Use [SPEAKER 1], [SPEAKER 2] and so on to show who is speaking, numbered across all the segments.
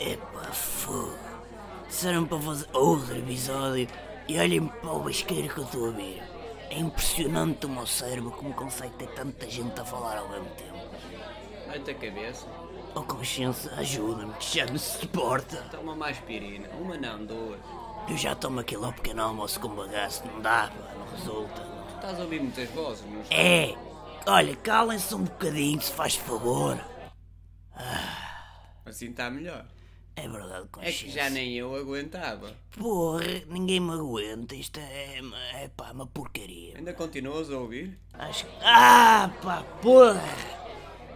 [SPEAKER 1] Epá, fogo. Disseram para fazer outro episódio e olhem para o basqueiro que eu estou a ver. É impressionante o meu cérebro como consegue ter tanta gente a falar ao mesmo tempo.
[SPEAKER 2] Mete a cabeça.
[SPEAKER 1] Ó consciência, ajuda-me, que já me suporta.
[SPEAKER 2] Toma mais aspirina. Uma não, duas.
[SPEAKER 1] Eu já tomo aquele ao pequeno almoço com bagaço, não dá, pá, não resulta.
[SPEAKER 2] Estás a ouvir muitas vozes, não estás?
[SPEAKER 1] É! Olha, calem-se um bocadinho, se faz favor.
[SPEAKER 2] Assim está melhor.
[SPEAKER 1] É verdade,
[SPEAKER 2] É
[SPEAKER 1] consciência.
[SPEAKER 2] que já nem eu aguentava.
[SPEAKER 1] Porra, ninguém me aguenta. Isto é, é pá, uma porcaria.
[SPEAKER 2] Ainda continuas a ouvir?
[SPEAKER 1] Acho que. Ah, pá, porra!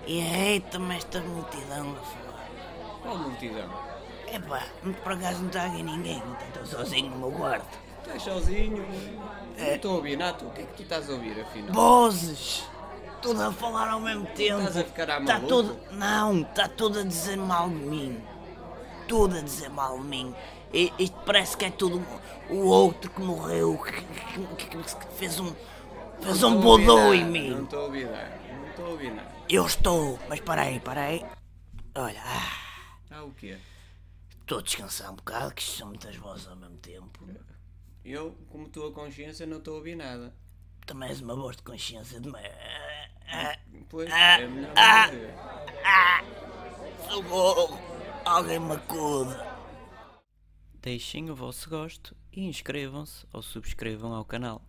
[SPEAKER 1] Irrita-me esta multidão lá fora.
[SPEAKER 2] Qual multidão?
[SPEAKER 1] É pá, por acaso não está aqui ninguém, então estou sozinho no meu quarto.
[SPEAKER 2] Tu és sozinho? Eu Não estou a ouvir nada. O que é que tu estás a ouvir, afinal?
[SPEAKER 1] Vozes! Tudo a falar ao mesmo tempo.
[SPEAKER 2] Estás a ficar à
[SPEAKER 1] Tá
[SPEAKER 2] maluco?
[SPEAKER 1] tudo. Não, está tudo a dizer mal de mim. Tudo a dizer mal de mim. E- Isto parece que é tudo o outro que morreu, que, que- que- que fez um. fez um
[SPEAKER 2] Não estou a ouvir
[SPEAKER 1] bodô
[SPEAKER 2] nada,
[SPEAKER 1] em mim.
[SPEAKER 2] Não estou a ouvir nada. Não estou a ouvir nada.
[SPEAKER 1] Eu estou, mas parei, parei. Olha, ah,
[SPEAKER 2] Ah, o quê?
[SPEAKER 1] estou a descansar um bocado, que isto são muitas vozes ao mesmo tempo.
[SPEAKER 2] Eu, como tua consciência, não estou a ouvir nada.
[SPEAKER 1] Também és uma voz de consciência de merda. Ah,
[SPEAKER 2] Pois,
[SPEAKER 1] Ah,
[SPEAKER 2] é melhor
[SPEAKER 1] ah.
[SPEAKER 2] não ouvir.
[SPEAKER 1] ah, socorro! Alguém me acuda!
[SPEAKER 2] Deixem o vosso gosto e inscrevam-se ou subscrevam ao canal.